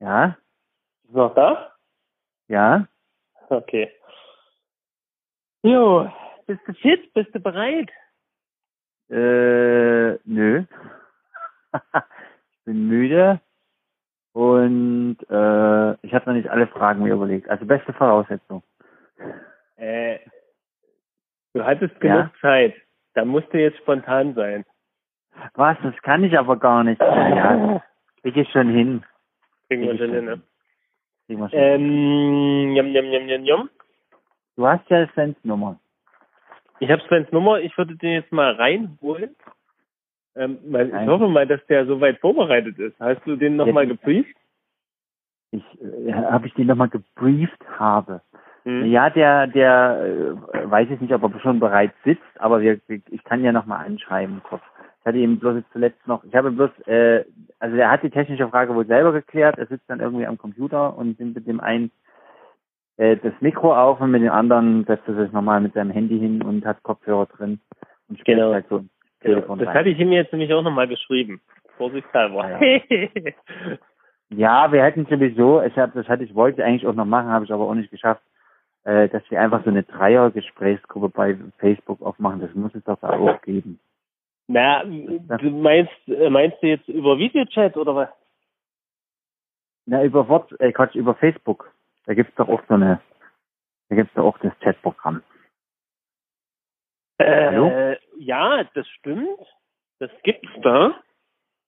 Ja? Ist noch da? Ja? Okay. Jo, bist du fit? Bist du bereit? Äh, nö. ich bin müde und äh, ich habe noch nicht alle Fragen mir überlegt. Also beste Voraussetzung. Äh, du hattest Ja. genug Zeit. Da musst du jetzt spontan sein. Was? Das kann ich aber gar nicht. Ja, krieg ich schon hin. Kriegen wir schon hin, ne? Äh, Krieg ich schon. hin. Ähm, jam, jam, jam, jam, jam. du hast ja Svens Nummer. Ich habe Svens Nummer. Ich würde den jetzt mal reinholen. Ähm, weil ich Nein. hoffe mal, dass der soweit vorbereitet ist. Hast du den nochmal Jetzt- gebrieft? Ich äh, habe ich den nochmal gebrieft habe. Hm. Ja, der der äh, weiß ich nicht, ob er schon bereit sitzt, aber wir, wir- ich kann ja nochmal anschreiben kurz. Ich hatte ihm bloß jetzt zuletzt noch, ich habe bloß, äh, also er hat die technische Frage wohl selber geklärt, er sitzt dann irgendwie am Computer und nimmt mit dem einen äh, das Mikro auf und mit dem anderen setzt er sich nochmal mit seinem Handy hin und hat Kopfhörer drin und spricht Genau. halt so ins Genau. Telefon Das rein. hatte ich ihm jetzt nämlich auch nochmal geschrieben. Vorsichtshalber. Ja, wir hätten sowieso, ich hab, das hatte ich wollte eigentlich auch noch machen, habe ich aber auch nicht geschafft, äh, dass wir einfach so eine Dreier-Gesprächsgruppe bei Facebook aufmachen. Das muss es doch da auch geben. Na, du meinst, äh, meinst du jetzt über Videochat oder was? Na, über Wort, äh, Quatsch, über Facebook. Da gibt's doch auch so eine, da gibt's doch auch das Chatprogramm. Hallo? Äh, ja, das stimmt. Das gibt's da.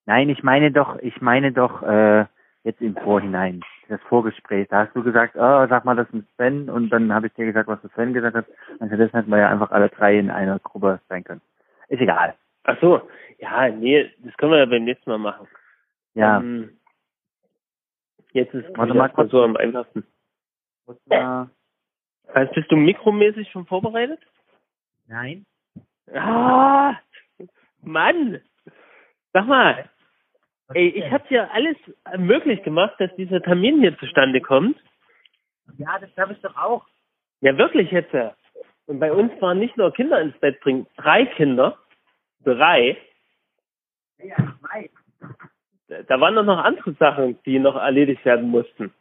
Nein, ich meine doch, ich meine doch, äh, jetzt im Vorhinein, das Vorgespräch. Da hast du gesagt, oh, sag mal das mit Sven und dann habe ich dir gesagt, was du Sven gesagt hast. Also das hätten wir ja einfach alle drei in einer Gruppe sein können. Ist egal. Ach so. Ja, nee, das können wir ja beim nächsten Mal machen. Ja. Ähm, jetzt ist es Warte wieder mal kurz. so am einfachsten. Muss man- Also bist du mikromäßig schon vorbereitet? Nein. Ah, Mann. Sag mal, ey, ich habe ja alles möglich gemacht, dass dieser Termin hier zustande kommt. Ja, das habe ich doch auch. Ja, wirklich jetzt. ja. Und bei uns waren nicht nur Kinder ins Bett bringen, drei Kinder, drei. Ja, ich weiß. Da waren doch noch andere Sachen, die noch erledigt werden mussten.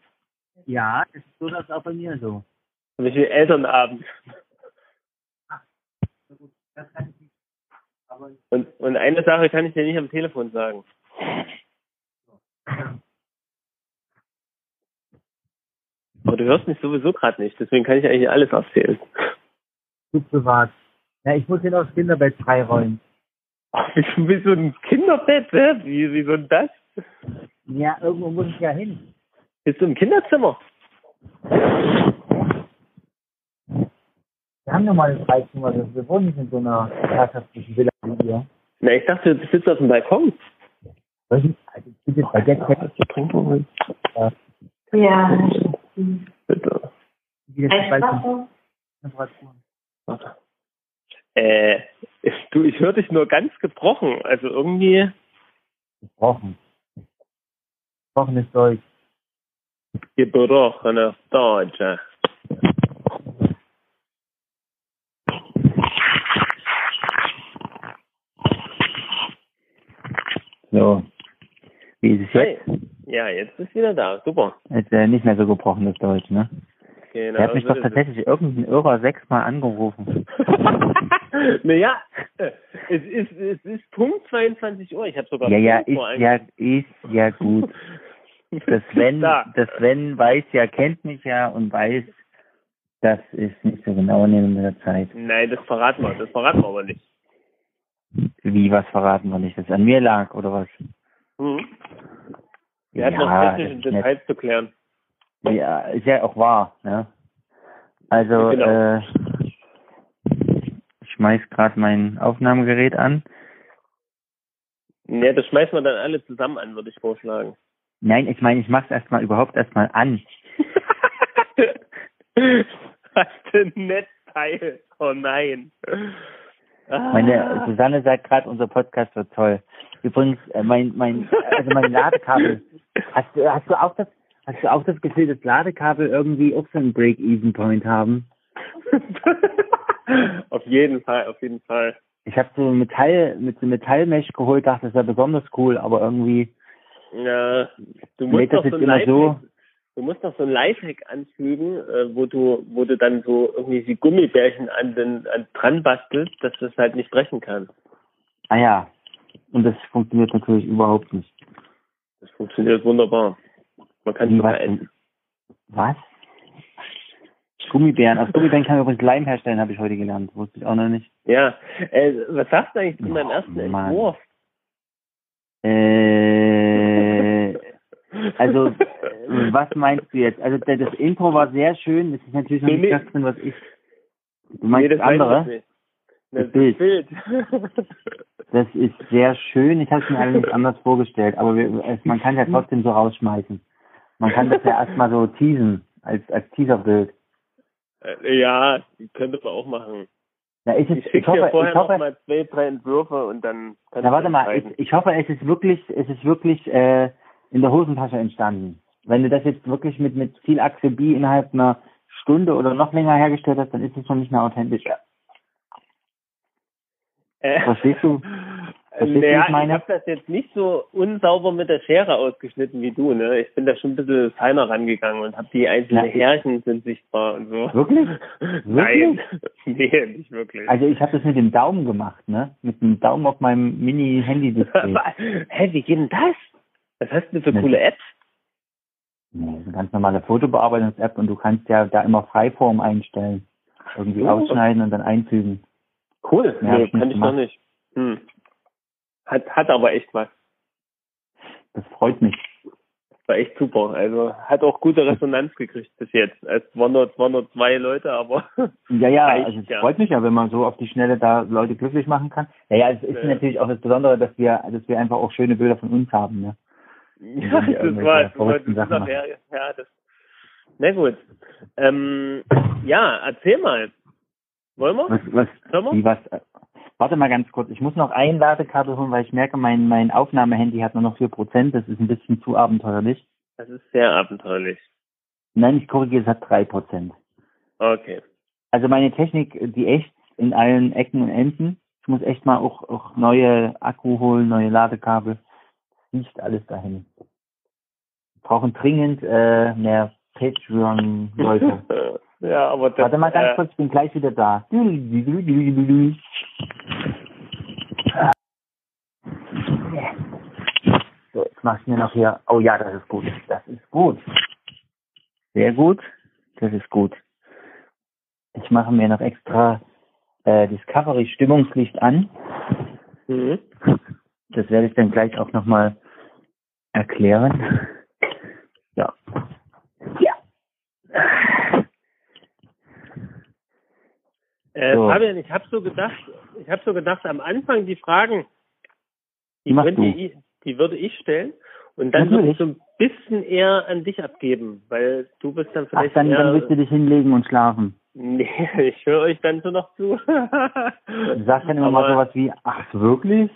Ja, das ist durchaus auch bei mir so. Zum Beispiel Elternabend. Das kann ich nicht. Aber Und, und eine Sache kann ich dir nicht am Telefon sagen. Aber du hörst mich sowieso gerade nicht, deswegen kann ich eigentlich alles erzählen. zu privat. Ja, ich muss ihn aufs Kinderbett freiräumen. Ach, wie, so- wie so ein Kinderbett, hä? wie, wie so ein das? Ja, irgendwo muss ich ja hin. Bist du im Kinderzimmer? Wir haben normal ein Freizimmer, also wir wohnen nicht in so einer herrschaftlichen Villa wie ihr. Na, ich dachte, du sitzt auf dem Balkon. Also, Weiß nicht, Also, ich bin jetzt bei der Kette, Hast du Trinkgeld holen? Ah, Ja, Bitte. die jetzt bei den Eiswasser. Temperaturen. Warte. Äh, du, ich höre dich nur ganz gebrochen. Also irgendwie. Gebrochen. Gebrochenes Deutsch. gebrochen auf Deutsch. So. Wie ist es Hey. Ja, jetzt ist wieder da. Super. Jetzt äh, nicht mehr so gebrochenes Deutsch, ne? Genau. Er hat mich so doch ist es. tatsächlich irgendein Irrer sechsmal angerufen. naja, es ist, es ist Punkt 22 Uhr. Ich habe sogar Ja, ja, Punkt vor ist ja, ist ja gut. Das Sven, Da. das Sven weiß ja, kennt mich ja und weiß, das ist nicht so genau nehmen mit der Zeit. Nein, das verraten wir. Das verraten wir aber nicht. Wie, was verraten wir nicht, das an mir lag oder was? Hm. Wir Ja, hatten noch das technische ist nett. Details zu klären. Ja, äh, ist ja auch wahr, ne? Also, Genau. äh, ich schmeiß gerade mein Aufnahmegerät an. Ja, das schmeißen wir dann alle zusammen an, würde ich vorschlagen. Nein, ich meine, ich mach's erstmal überhaupt erstmal an. Was für ein Netzteil. Oh nein. Meine Susanne sagt gerade, unser Podcast wird toll. Übrigens, äh, mein, mein, also mein Ladekabel. Hast du, hast du auch das, hast du auch das Gefühl, dass Ladekabel irgendwie auch so einen Break-Even-Point haben? auf jeden Fall, auf jeden Fall. Ich habe so Metall, mit so Metallmesh geholt, dachte, das wäre besonders cool, aber irgendwie Ja, du musst doch so das jetzt ein immer Lifehack, so. du musst doch so ein Lifehack anfügen, äh, wo du, wo du dann so irgendwie die Gummibärchen an den an, dran bastelst, dass das halt nicht brechen kann. Ah ja. Und das funktioniert natürlich überhaupt nicht. Das funktioniert wunderbar. Man kann es Wie, sogar was denn? essen. Was? Gummibären. Aus Gummibären kann man übrigens Leim herstellen, habe ich heute gelernt. Wusste ich auch noch nicht. Ja. Äh, was sagst du eigentlich zu meinem Oh, ersten Mann. Entwurf? Äh, also, äh, was meinst du jetzt? Also, d- das Intro war sehr schön. Das ist natürlich noch Nee, nicht nee. das drin, was ich. Du meinst das andere? Weiß ich nicht. Na, Das Bild. Bild. Das ist sehr schön. Ich habe es mir allerdings anders vorgestellt, aber wir, es, man kann ja Hm. trotzdem so rausschmeißen. Man kann das ja erstmal so teasen, als, als Teaserbild. Äh, ja, könnte man auch machen. Da ist es, Ich ich, schicke dir hoffe, vorher ich hoffe, noch mal zwei, drei Entwürfe und dann kannst na, warte du mal, ich, entscheiden. ich hoffe, es ist wirklich, es ist wirklich äh, in der Hosentasche entstanden. Wenn du das jetzt wirklich mit, mit viel Akribie innerhalb einer Stunde oder noch länger hergestellt hast, dann ist es schon nicht mehr authentisch. Äh, Verstehst du? Äh, Verstehst du, naja, was ich meine? habe das jetzt nicht so unsauber mit der Schere ausgeschnitten wie du, ne? Ich bin da schon ein bisschen feiner rangegangen und habe die einzelnen Na, Härchen sind sichtbar und so. Wirklich? Nein. nee, nicht wirklich. Also ich habe das mit dem Daumen gemacht, ne? Mit dem Daumen auf meinem Mini-Handy-Display. Hä, wie geht denn das? Was hast du denn für Na, coole Apps? Nee, das ist eine ganz normale Fotobearbeitungs-App und du kannst ja da immer Freiform einstellen. Irgendwie so. ausschneiden und dann einfügen. Cool. Ja, nee, hab ich kann nicht ich noch gemacht. nicht. Hm. Hat, hat aber echt was. Das freut mich. War echt super. Also hat auch gute Resonanz gekriegt bis jetzt. Es waren nur, es waren nur zwei Leute, aber Ja, ja, Reicht, also es ja. freut mich ja, wenn man so auf die Schnelle da Leute glücklich machen kann. Naja, es ist Ja. natürlich auch das Besondere, dass wir, dass wir einfach auch schöne Bilder von uns haben, ne? Ja, die das irgendwelche war, das war verrückten das Sachen war- ja, ja, das. Na gut. Ähm, ja, erzähl mal. Wollen wir? Was, was, Sollen wir? wie was? äh, Warte mal ganz kurz, ich muss noch ein Ladekabel holen, weil ich merke, mein, mein Aufnahmehandy hat nur noch 4%, das ist ein bisschen zu abenteuerlich. Das ist sehr abenteuerlich. Nein, ich korrigiere, es hat 3%. Okay. also meine Technik, die echt in allen Ecken und Enden. Ich muss echt mal auch, auch neue Akku holen, neue Ladekabel. Nicht alles dahin. Wir brauchen dringend äh, mehr Patreon-Leute. ja, aber das, Warte mal ganz äh, kurz, ich bin gleich wieder da. So, jetzt mach ich mir noch hier. Oh ja, das ist gut. Das ist gut. Sehr gut. Das ist gut. Ich mache mir noch extra äh, Discovery Stimmungslicht an. Mhm. Das werde ich dann gleich auch nochmal erklären. Ja. Ja. Äh, So. Fabian, ich habe so gedacht, ich habe so gedacht, am Anfang die Fragen, Die machst könnt ihr- du. die, würde ich stellen und dann würde ich so ein bisschen eher an dich abgeben, weil du bist dann Ach, vielleicht dann, eher, dann willst du dich hinlegen und schlafen. Nee, ich höre euch dann so noch zu. Du sagst dann immer Aber- mal sowas wie, ach wirklich?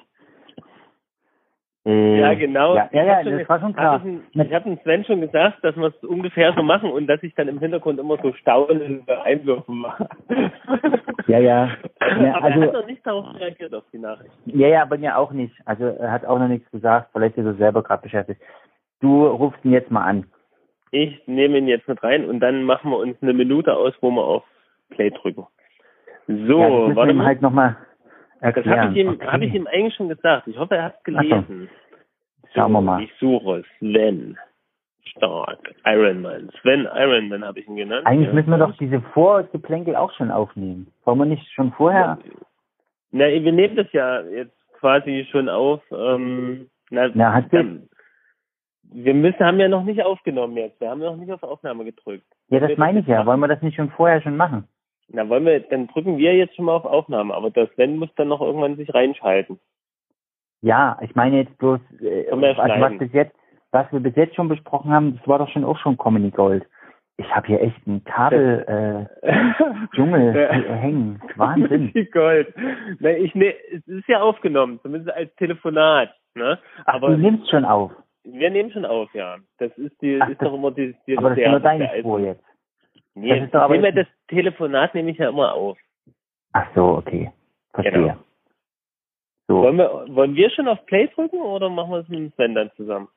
Äh, Ja, genau. Ja, ja, ja das war schon klar. Hab ich ich habe dem Sven schon gesagt, dass wir es ungefähr so machen und dass ich dann im Hintergrund immer so staunende Einwürfe mache. Ja, ja. Ja, Aber also- er hat noch nicht darauf reagiert, auf die Nachricht. Ja, ja, bei mir auch nicht. Also er hat auch noch nichts gesagt, vielleicht ist er selber gerade beschäftigt. Du rufst ihn jetzt mal an. Ich nehme ihn jetzt mit rein und dann machen wir uns eine Minute aus, wo wir auf Play drücken. So, ja, das müssen wir warte ihm mal. halt nochmal das erklären. habe ich, ihm- Okay. hab ich ihm eigentlich schon gesagt. Ich hoffe, er hat es Ach so. gelesen. Schauen wir mal. Ich suche Sven Stark, Ironman. Sven Ironman habe ich ihn genannt. Eigentlich Ja. müssen wir doch diese Vorgeplänkel auch schon aufnehmen. Wollen wir nicht schon vorher? Na, wir nehmen das ja jetzt quasi schon auf. Ähm, na, Na, hast du? ähm, wir müssen, haben ja noch nicht aufgenommen jetzt. Wir haben noch nicht auf Aufnahme gedrückt. Ja, das meine ich ja. Wollen wir das nicht schon vorher schon machen? Na, wollen wir, dann drücken wir jetzt schon mal auf Aufnahme. Aber der Sven muss dann noch irgendwann sich reinschalten. Ja, ich meine jetzt bloß, äh, Können wir also schneiden. was bis jetzt, was wir bis jetzt schon besprochen haben, das war doch schon auch schon Comedy Gold. Ich habe hier echt einen Kabel äh, Dschungel Ja. hängen. Wahnsinn. Die Gold. Na, ich ne, es ist ja aufgenommen, zumindest als Telefonat. Ne? Ach, du Aber nimmst schon auf. wir nehmen schon auf, ja. Das ist die, Ach, ist das- doch immer die, die Aber das ist der- nur deine der- Spur jetzt. Nee, Das ist doch aber ich nehme jetzt- das Telefonat nehme ich ja immer auf. Ach so, okay. Genau. Verstehe. So. Wollen wir, wollen wir schon auf Play drücken oder machen wir es mit dem Sven dann zusammen?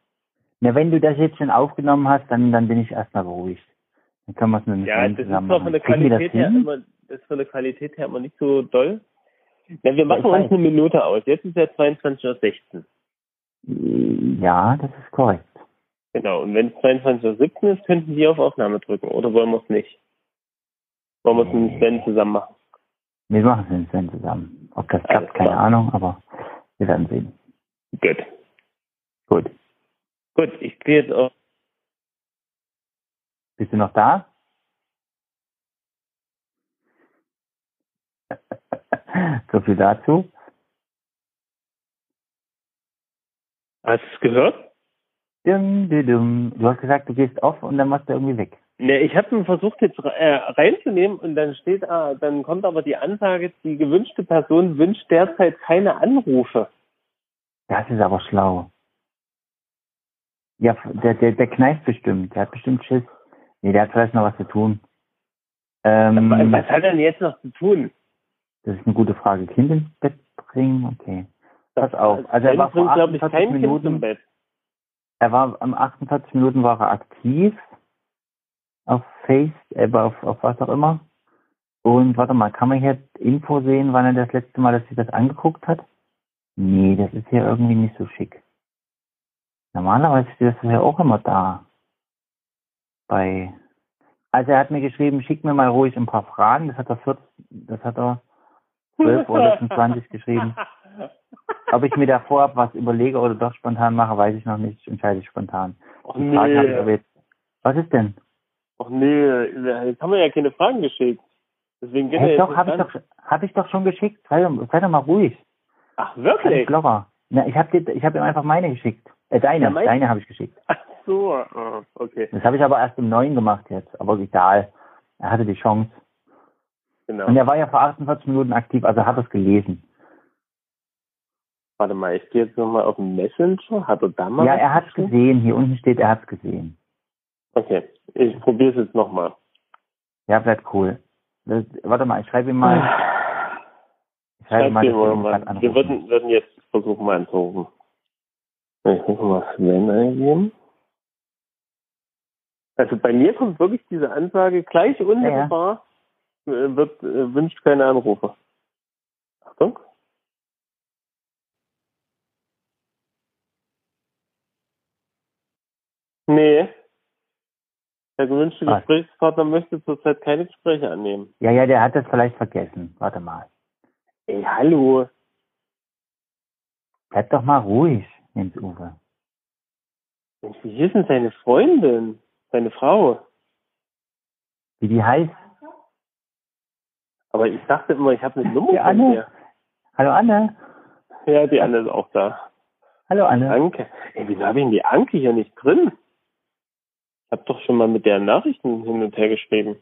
Na, wenn du das jetzt schon aufgenommen hast, dann, dann bin ich erstmal beruhigt. Dann können wir es mit dem Ja, Sven das ist zusammen zwar von machen. der Kriegen wir das Qualität her hin? immer, das ist von der Qualität her immer nicht so doll. Na, wir machen ich uns weiß. eine Minute aus. Jetzt ist ja 22.16 Uhr. Äh, Ja, das ist korrekt. Genau. Und wenn es 22.17 Uhr ist, könnten die auf Aufnahme drücken. Oder wollen wir es nicht? Wollen wir es mit Sven zusammen machen? Wir machen es mit Sven zusammen. Ob das Alles klappt, keine klar. Ahnung, aber wir werden sehen. Gut. Gut. Gut, ich gehe jetzt auf. Bist du noch da? so viel dazu. Hast du es gehört? Dum, dum, dum. Du hast gesagt, du gehst off und dann warst du irgendwie weg. Ne, ich habe ihn versucht jetzt re- äh, reinzunehmen und dann steht, ah, dann kommt aber die Ansage, die gewünschte Person wünscht derzeit keine Anrufe. Das ist aber schlau. Ja, der, der, der kneift bestimmt. Der hat bestimmt Schiss. Nee, der hat vielleicht noch was zu tun. Ähm, Was hat er halt denn jetzt noch zu tun? das ist eine gute Frage. Kind ins Bett bringen? Okay. Pass auf. Also er war Sven bringt, vor glaube ich, 48 kein Kind Minuten zum Bett. Er war am 48 Minuten war er aktiv auf Face, äh, auf, auf was auch immer. Und warte mal, kann man hier Info sehen, wann er das letzte Mal, dass sich das angeguckt hat? Nee, das ist hier irgendwie nicht so schick. Normalerweise steht das ja auch immer da. Bei also er hat mir geschrieben, schick mir mal ruhig ein paar Fragen. Das hat er 14, das hat er 12 Uhr 26 geschrieben. Ob ich mir da vorab was überlege oder doch spontan mache, weiß ich noch nicht. Ich entscheide spontan. Och Die Fragen habe ich aber nee, jetzt. Was ist denn? Och nee, jetzt haben wir ja keine Fragen geschickt. Deswegen geht er Hey, jetzt doch, nicht habe ich ran. doch, hab ich doch schon geschickt. Sei doch, sei doch mal ruhig. Ach, Alles wirklich? locker. Na, ich habe ich hab ihm einfach meine geschickt. Äh, deine, Ja, meine- deine habe ich geschickt. Ach so, ah, okay, Das habe ich aber erst im Neuen gemacht jetzt. Aber egal. Er hatte die Chance. genau. Und er war ja vor 48 Minuten aktiv, also hat es gelesen. Warte mal, ich gehe jetzt nochmal auf den Messenger. Hat er damals? ja, er hat es gesehen. Hier unten steht, er hat es gesehen. Okay, ich probiere es jetzt nochmal. Ja, bleibt cool. Das, warte mal, ich schreibe ihm mal. Ich schreibe Schreibt ihm mal, mir dass wir mal. ihn mal. gerade Ah, Wir anrufen. würden, würden jetzt versuchen, mal anzurufen. Ich muss mal Sven eingeben. Also bei mir kommt wirklich diese Ansage gleich unmittelbar, äh, wird, äh, wünscht keine Anrufe. Achtung. Nee. Der gewünschte Was? Gesprächspartner möchte zurzeit keine Gespräche annehmen. Ja, ja, der hat das vielleicht vergessen. Warte mal. Ey, hallo. Bleib doch mal ruhig, Jens Uwe. Mensch, wie hieß denn seine Freundin? Seine Frau? Wie die heißt? Aber ich dachte immer, ich habe eine Nummer Die von Anne. Hallo Anne. der. Ja, die Anne ist auch da. Hallo Anne. Anke. Ey, wieso habe ich denn die Anke hier nicht drin? Ich habe doch schon mal mit der Nachrichten hin und her geschrieben.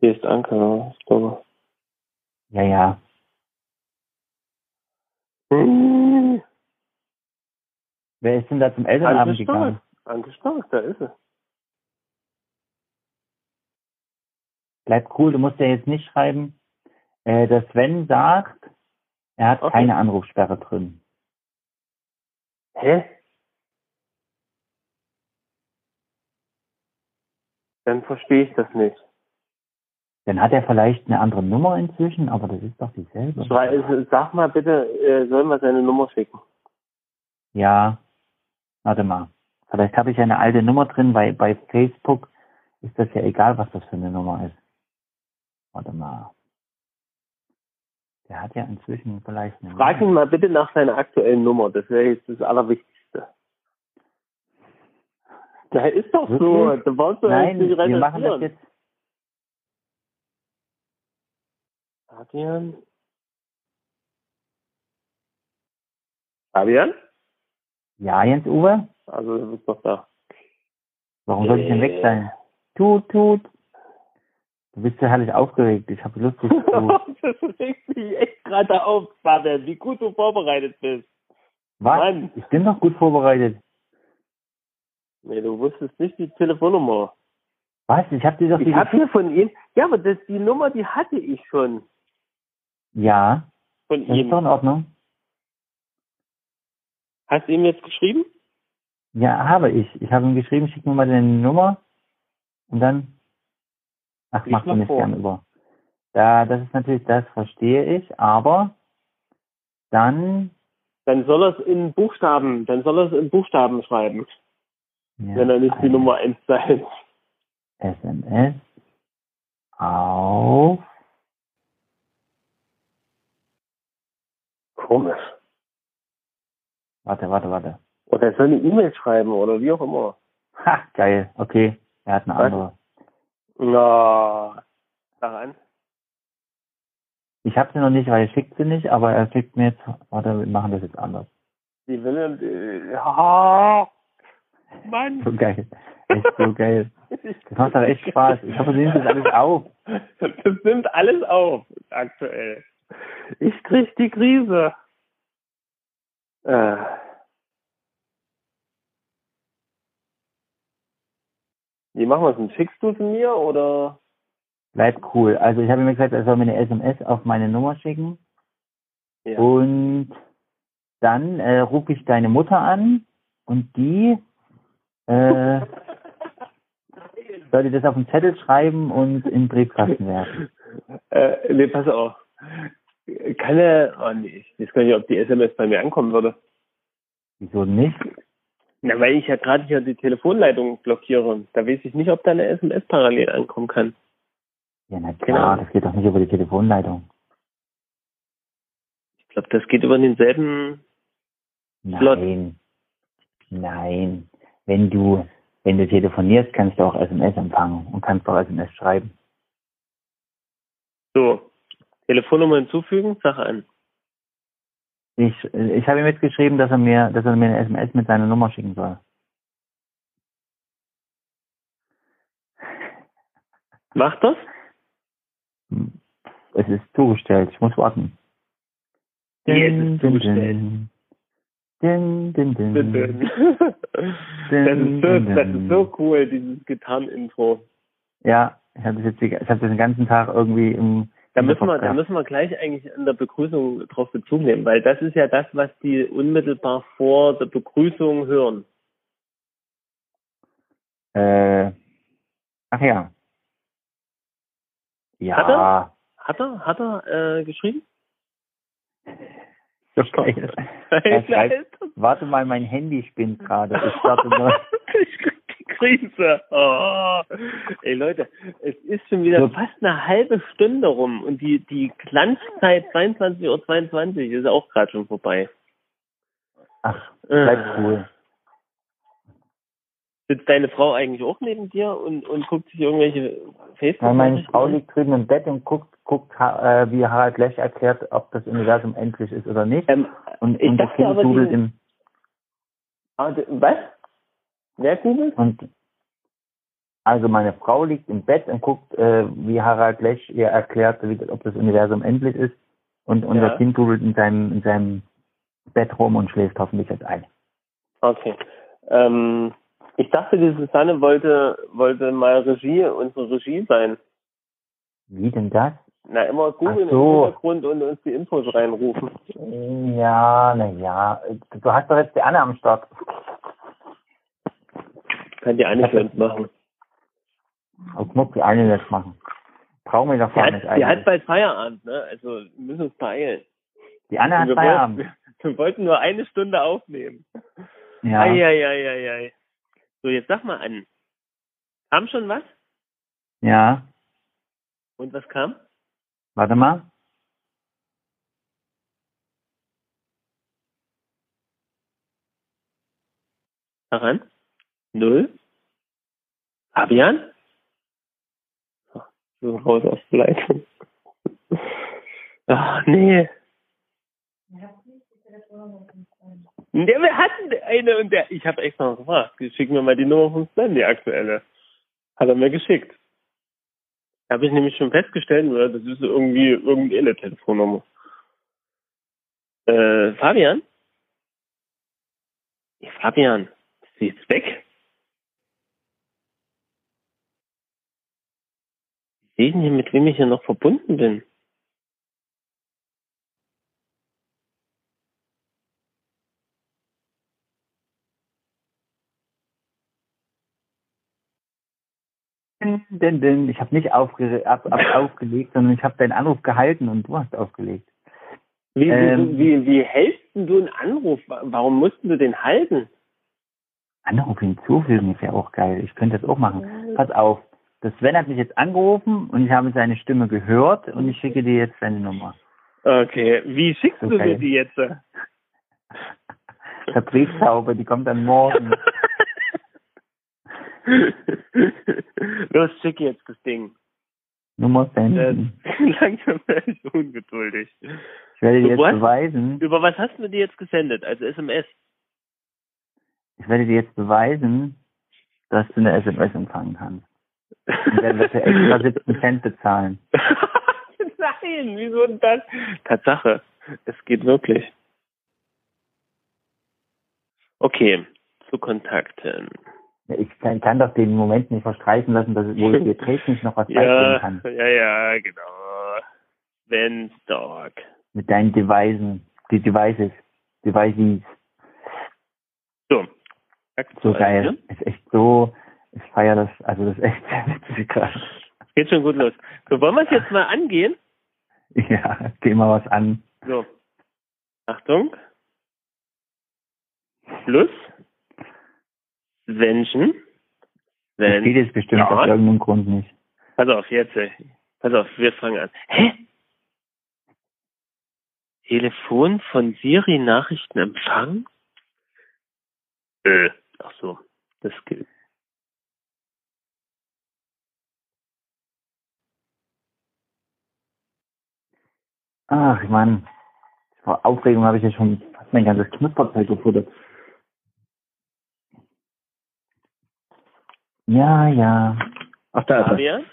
Hier ist Anke, ja, ich glaube. Ja, ja. Hm. Wer ist denn da zum Anke Elternabend gegangen? Stark. Anke Stark, da ist sie. Bleib cool, du musst ja jetzt nicht schreiben, äh, dass Sven sagt, er hat Okay. keine Anrufsperre drin. Hä? Dann verstehe ich das nicht. Dann hat er vielleicht eine andere Nummer inzwischen, aber das ist doch dieselbe. Schrei- Sag mal bitte, äh, sollen wir seine Nummer schicken? Ja, warte mal. Vielleicht habe ich ja eine alte Nummer drin, weil bei Facebook ist das ja egal, was das für eine Nummer ist. Warte mal. Der hat ja inzwischen vielleicht eine Frag ihn mal bitte nach seiner aktuellen Nummer. Das wäre jetzt das Allerwichtigste. Na, ist doch so. Wirklich? Du wolltest doch Nein, jetzt nicht wir machen das recherchieren. jetzt. Fabian? Fabian? Ja, Jens Uwe? Also, du bist doch da. Warum soll ich denn weg sein? Tut, tut. Du bist ja herrlich aufgeregt. Ich habe Lust, dich zu. das regt mich echt gerade auf, Fabian, wie gut du vorbereitet bist. Was? Mann. Ich bin doch gut vorbereitet. Nee, du wusstest nicht die Telefonnummer. Was? Ich habe dir doch die. Ich habe hier von ihm. Ja, aber das, die Nummer, die hatte ich schon. ja, von Das ist ihm. doch in Ordnung. Hast du ihm jetzt geschrieben? Ja, habe ich. Ich habe ihm geschrieben, schick mir mal deine Nummer und dann. Ach, Lies mach du mal mich vor. gern über. Da, das ist natürlich, das verstehe ich, aber dann. Dann soll er es in Buchstaben, dann soll er es in Buchstaben schreiben, Ja, wenn er nicht die ein Nummer 1 sein. SMS auf. Komisch. Warte, warte, warte. Oder er soll eine E-Mail schreiben oder wie auch immer. Ha, geil. Okay, er hat eine Was? andere. Na, sag an. Ich habe sie noch nicht, weil er schickt sie nicht, aber er schickt mir jetzt. Warte, wir machen das jetzt anders. Die will. Äh, ha, So Mann. geil. Echt so geil. Das macht doch echt Spaß. Ich hoffe, sie nimmt das alles auf. Das nimmt alles auf, aktuell. Ich krieg die Krise. Äh, wie machen wir es denn? Schickst du es mir oder? Bleibt cool. Also ich habe ihm gesagt, er soll mir eine SMS auf meine Nummer schicken. Ja. Und dann äh, rufe ich deine Mutter an und die äh, soll dir das auf den Zettel schreiben und in den Briefkasten werfen. Äh, nee, pass auf. Kann er, oh nee, ich weiß gar nicht, ob die SMS bei mir ankommen würde. Wieso nicht? Na, weil ich ja gerade hier die Telefonleitung blockiere. Da weiß ich nicht, ob da eine SMS parallel ankommen kann. Ja, na klar, Genau. das geht doch nicht über die Telefonleitung. Ich glaube, das geht über denselben. Flott. Nein. Nein. Wenn du, wenn du telefonierst, kannst du auch SMS empfangen und kannst auch SMS schreiben. So, Telefonnummer hinzufügen, Sache an. Ich, äh, ich habe ihm jetzt geschrieben, dass er mir, dass er mir eine SMS mit seiner Nummer schicken soll. Macht das? Hm. Es ist zugestellt, ich muss warten. Wie, es ist zugestellt? Din, din, din. Das ist so, das ist so cool, dieses Gitarrenintro. Ja, ich habe das jetzt, die- ich habe das den ganzen Tag irgendwie im. Da im müssen wir, Kopf da gehabt. müssen wir gleich eigentlich an der Begrüßung drauf Bezug nehmen, weil das ist ja das, was die unmittelbar vor der Begrüßung hören. Äh, ach ja. Hat Ja. Hat er, hat er äh, geschrieben? So geil. Er schreibt, warte mal, mein Handy spinnt gerade. Ich starte neu. ich krieg die Krise. Oh. Ey Leute, es ist schon wieder So. fast eine halbe Stunde rum und die, die Glanzzeit 22.22 Uhr ist auch gerade schon vorbei. Ach, Äh, bleib cool. Sitzt deine Frau eigentlich auch neben dir und, und guckt sich irgendwelche facebook Nein, meine Frau liegt drüben im Bett und guckt, guckt ha- äh, wie Harald Lesch erklärt, ob das Universum endlich ist oder nicht. ähm, Und, ich und das dachte Kind aber, dudelt die- im ah, d- Was? Wer googelt? und also meine Frau liegt im Bett und guckt, äh, wie Harald Lesch ihr erklärt, wie, ob das Universum endlich ist. Und unser Ja. Kind dudelt in seinem, in seinem Bett rum und schläft hoffentlich jetzt ein. Okay. Ähm, ich dachte, die Susanne wollte, wollte mal Regie, unsere Regie sein. Wie denn das? Na, immer googeln Ach so. im Hintergrund und uns die Infos reinrufen. Ja, naja. Du hast doch jetzt die Anne am Start. Kann die eine für uns machen. Oh, guck, die eine das machen. Brauchen wir doch Die gar nicht hat, die hat eigentlich. bald Feierabend, ne? Also wir müssen uns beeilen. Die Anne hat wir, Feierabend. Wollten, wir wollten nur eine Stunde aufnehmen. Ja. Eieieiei. So, jetzt sag mal an. Kam schon was? ja. Und was kam? Warte mal. Daran? Null? Fabian? Ach, So raus aus der Leitung. Ach, nee. Ne, wir hatten eine und der. Ich habe extra noch gefragt. Schick mir mal die Nummer von Sven, die aktuelle. Hat er mir geschickt. Da habe ich nämlich schon festgestellt, oder, das ist irgendwie irgendeine Telefonnummer. Äh, Fabian? Ja, Fabian, bist du jetzt weg? Ich sehe nicht, mit wem ich hier noch verbunden bin. Denn, denn, ich habe nicht aufge ab, ab, aufgelegt, sondern ich habe deinen Anruf gehalten und du hast aufgelegt. Wie, Ähm. wie, wie hältst denn du einen Anruf? Wa- Warum mussten du den halten? Anruf hinzufügen ist ja auch geil. Ich könnte das auch machen. Pass auf. Das Sven hat mich jetzt angerufen und ich habe seine Stimme gehört und ich schicke dir jetzt seine Nummer. Okay, wie schickst du Okay. dir die jetzt? Der Brieftaube, die kommt dann morgen. Los, schick jetzt das Ding. Nummer Äh, senden. langsam werde ich ungeduldig. Ich werde dir what? jetzt beweisen, Über was hast du dir jetzt gesendet? Also SMS. ich werde dir jetzt beweisen, dass du eine SMS empfangen kannst. Und werden wir für extra 17 Cent bezahlen. Nein, wieso denn das? Tatsache, es geht wirklich. Okay, zu Kontakten. Ich kann, kann doch den Moment nicht verstreichen lassen, dass wo ich dir technisch noch was Ja, beibringen kann. ja, ja, genau. Sven Dog. Mit deinen Devisen, die Devices, Devices. So. So Aktuell, geil. ne? Ist echt so, ich feiere das, also das ist echt sehr witzig gerade. Geht schon gut los. So, wollen wir es jetzt mal angehen? Ja, geh mal was an. So. Achtung. Plus. Menschen. Das geht Sven. jetzt bestimmt Ja. aus irgendeinem Grund nicht. Pass auf, jetzt. ey. Pass auf, wir fangen an. Hä? Telefon von Siri Nachrichten empfangen? Äh. Ach so, das gilt. Ach Mann. Vor Aufregung habe ich ja schon fast mein ganzes Knusperzeug gefuttert. Ja, ja. Ach, da ist Fabian?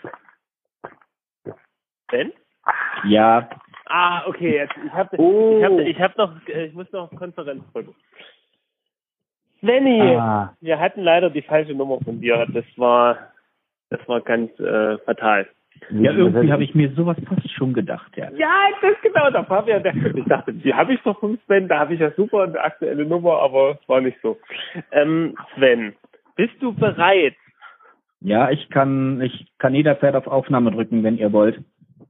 Ben? er. Ja. Ah, okay, jetzt. Ich hab, Oh. ich hab, ich hab noch, äh, ich muss noch auf Konferenz drücken. Svenny, Ah, wir hatten leider die falsche Nummer von dir. Das war, das war ganz äh, fatal. Ja, irgendwie habe ich mir sowas fast schon gedacht, ja. Ja, das ist genau der Fabian. Der, ich dachte, die habe ich doch vom Sven, da habe ich ja super eine aktuelle Nummer, aber es war nicht so. Ähm, Sven, bist du bereit? Ja, ich kann, ich kann jederzeit auf Aufnahme drücken, wenn ihr wollt.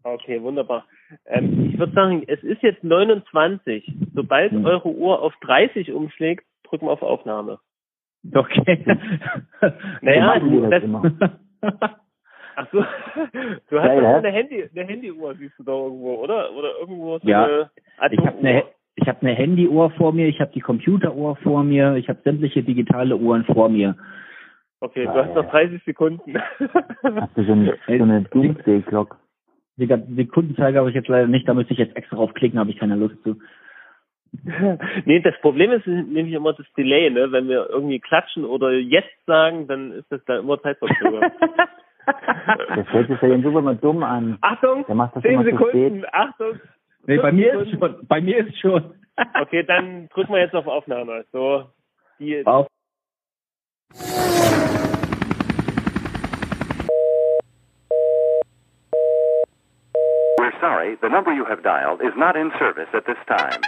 Okay, wunderbar. Ähm, ich würde sagen, es ist jetzt 29. Sobald Hm. eure Uhr auf 30 umschlägt, drücken wir auf Aufnahme. Okay. Naja, machen wir das das, immer. ach so, du hast Geil, doch hä? so eine, Handy, eine Handyuhr, siehst du da irgendwo, oder? Oder irgendwo so Ja. eine ich habe eine, ich habe eine Handyuhr vor mir, ich habe die Computeruhr vor mir, ich habe sämtliche digitale Uhren vor mir. Okay, du Geil. hast noch 30 Sekunden. Hast du so eine, so Äh, eine Doomsday-Glock? Die ganzen Sekundenzeiger habe ich jetzt leider nicht, da müsste ich jetzt extra draufklicken, habe ich keine Lust zu. nee, das Problem ist nämlich immer das Delay, ne? Wenn wir irgendwie klatschen oder yes sagen, dann ist das da immer Zeitverzögerung. Das hört sich ja den super mal dumm an. Achtung, Der macht das 10 immer zu Sekunden, Achtung. Nee, bei mir ist Sekunden. schon, bei mir ist schon. Okay, dann drücken wir jetzt auf Aufnahme. So, die, Auf. We're sorry, the number you have dialed is not in service at this time.